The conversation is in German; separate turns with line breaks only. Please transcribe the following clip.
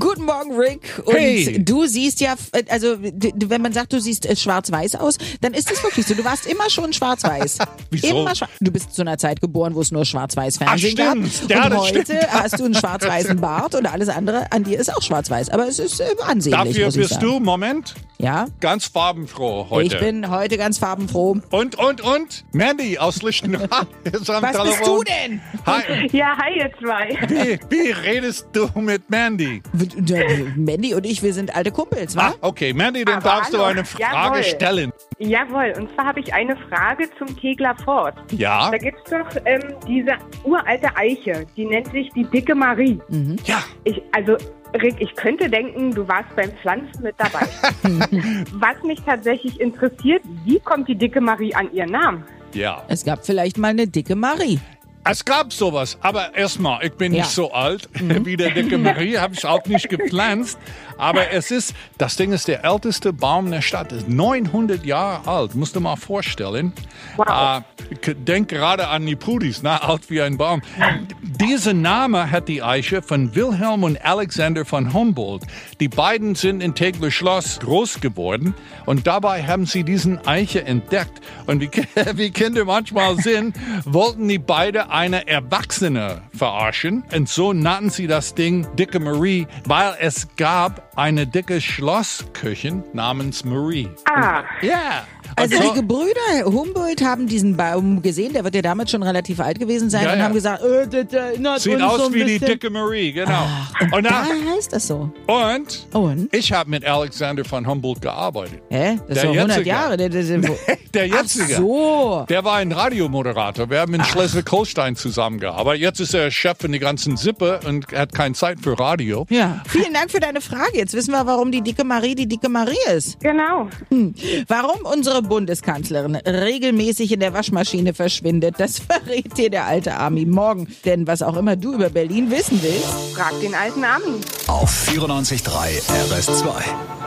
Guten Morgen, Rick. Und
Hey.
du siehst ja, äh, also d- d- wenn man sagt, du siehst äh, schwarz-weiß aus, dann ist es wirklich so. Du warst immer schon schwarz-weiß.
Wieso?
Immer schwa du bist zu einer Zeit geboren, wo es nur schwarz-weiß-Fernsehen
Ah,
gab.
stimmt. Ja,
und
das
heute
stimmt.
hast du einen schwarz-weißen Bart und alles andere an dir ist auch schwarz-weiß. Aber es ist äh, ansehnlich,
Dafür
muss ich
bist
sagen.
du, Moment,
Ja,
ganz farbenfroh heute.
ich bin heute ganz farbenfroh.
und, und, und, Mandy aus Lichtenhagen ist am
Was bist du
Telefon.
denn?
Hi,
Ja, hi ihr zwei.
wie, wie redest du mit Mandy?
W- äh, Mandy und ich, wir sind alte Kumpels,
Ah,
wa?
okay, Mandy, dann
Aber
darfst du
hallo.
eine Frage
Jawohl.
stellen.
Jawohl, und zwar habe ich eine Frage zum Tegler Fort.
Ja?
Da gibt's doch ähm, diese uralte Eiche, die nennt sich die dicke Marie.
Ja.
Ich, also, Rick, ich könnte denken, du warst beim Pflanzen mit dabei. Was mich tatsächlich interessiert, wie kommt die dicke Marie an ihren Namen?
Ja.
Es gab vielleicht mal eine dicke Marie.
Es gab sowas, aber erstmal, ich bin
Ja.
nicht so alt wie der dicke Marie, habe ich auch nicht gepflanzt. Aber es ist, das Ding ist der älteste Baum der Stadt, ist 900 Jahre alt, musst du mal vorstellen.
Wow.
Äh, k- denk gerade an die Pudis, na, alt wie ein Baum. Dieser Name hat die Eiche von Wilhelm und Alexander von Humboldt. Die beiden sind in Tegler Schloss groß geworden und dabei haben sie diesen Eiche entdeckt. Und wie, Ki- wie Kinder manchmal sind, wollten die beide eine Erwachsene verarschen. Und so nannten sie das Ding Dicke Marie, weil es gab eine dicke Schlossköchin namens Marie.
Ah,
Ja. Und
Also
so-
die Gebrüder Humboldt haben diesen Baum gesehen, der wird ja damals schon relativ alt gewesen sein
Ja,
und
ja.
haben gesagt, äh, das erinnert
Sieht
uns
aus
so ein
wie die
bisschen.
dicke Marie, genau. und,
Da
nach,
heißt das so.
und
Und?
ich habe mit Alexander von Humboldt gearbeitet.
Hä? Das
Der
ist doch 100
jetzige.
Jahre. Der, der, der,
Der
Ach
jetzige.
so.
Der war ein Radiomoderator. Wir haben in Schleswig-Holstein zusammengearbeitet. Jetzt ist er Chef von der ganzen Sippe und hat keine Zeit für Radio.
Ja. Vielen Dank für deine Frage. Jetzt wissen wir, warum die dicke Marie die dicke Marie ist.
genau.
Warum unsere Bundeskanzlerin regelmäßig in der Waschmaschine verschwindet, das verrät dir der alte Army morgen. Denn was auch immer du über Berlin wissen willst,
Frag den alten Ami.
Auf 94.3 RS2.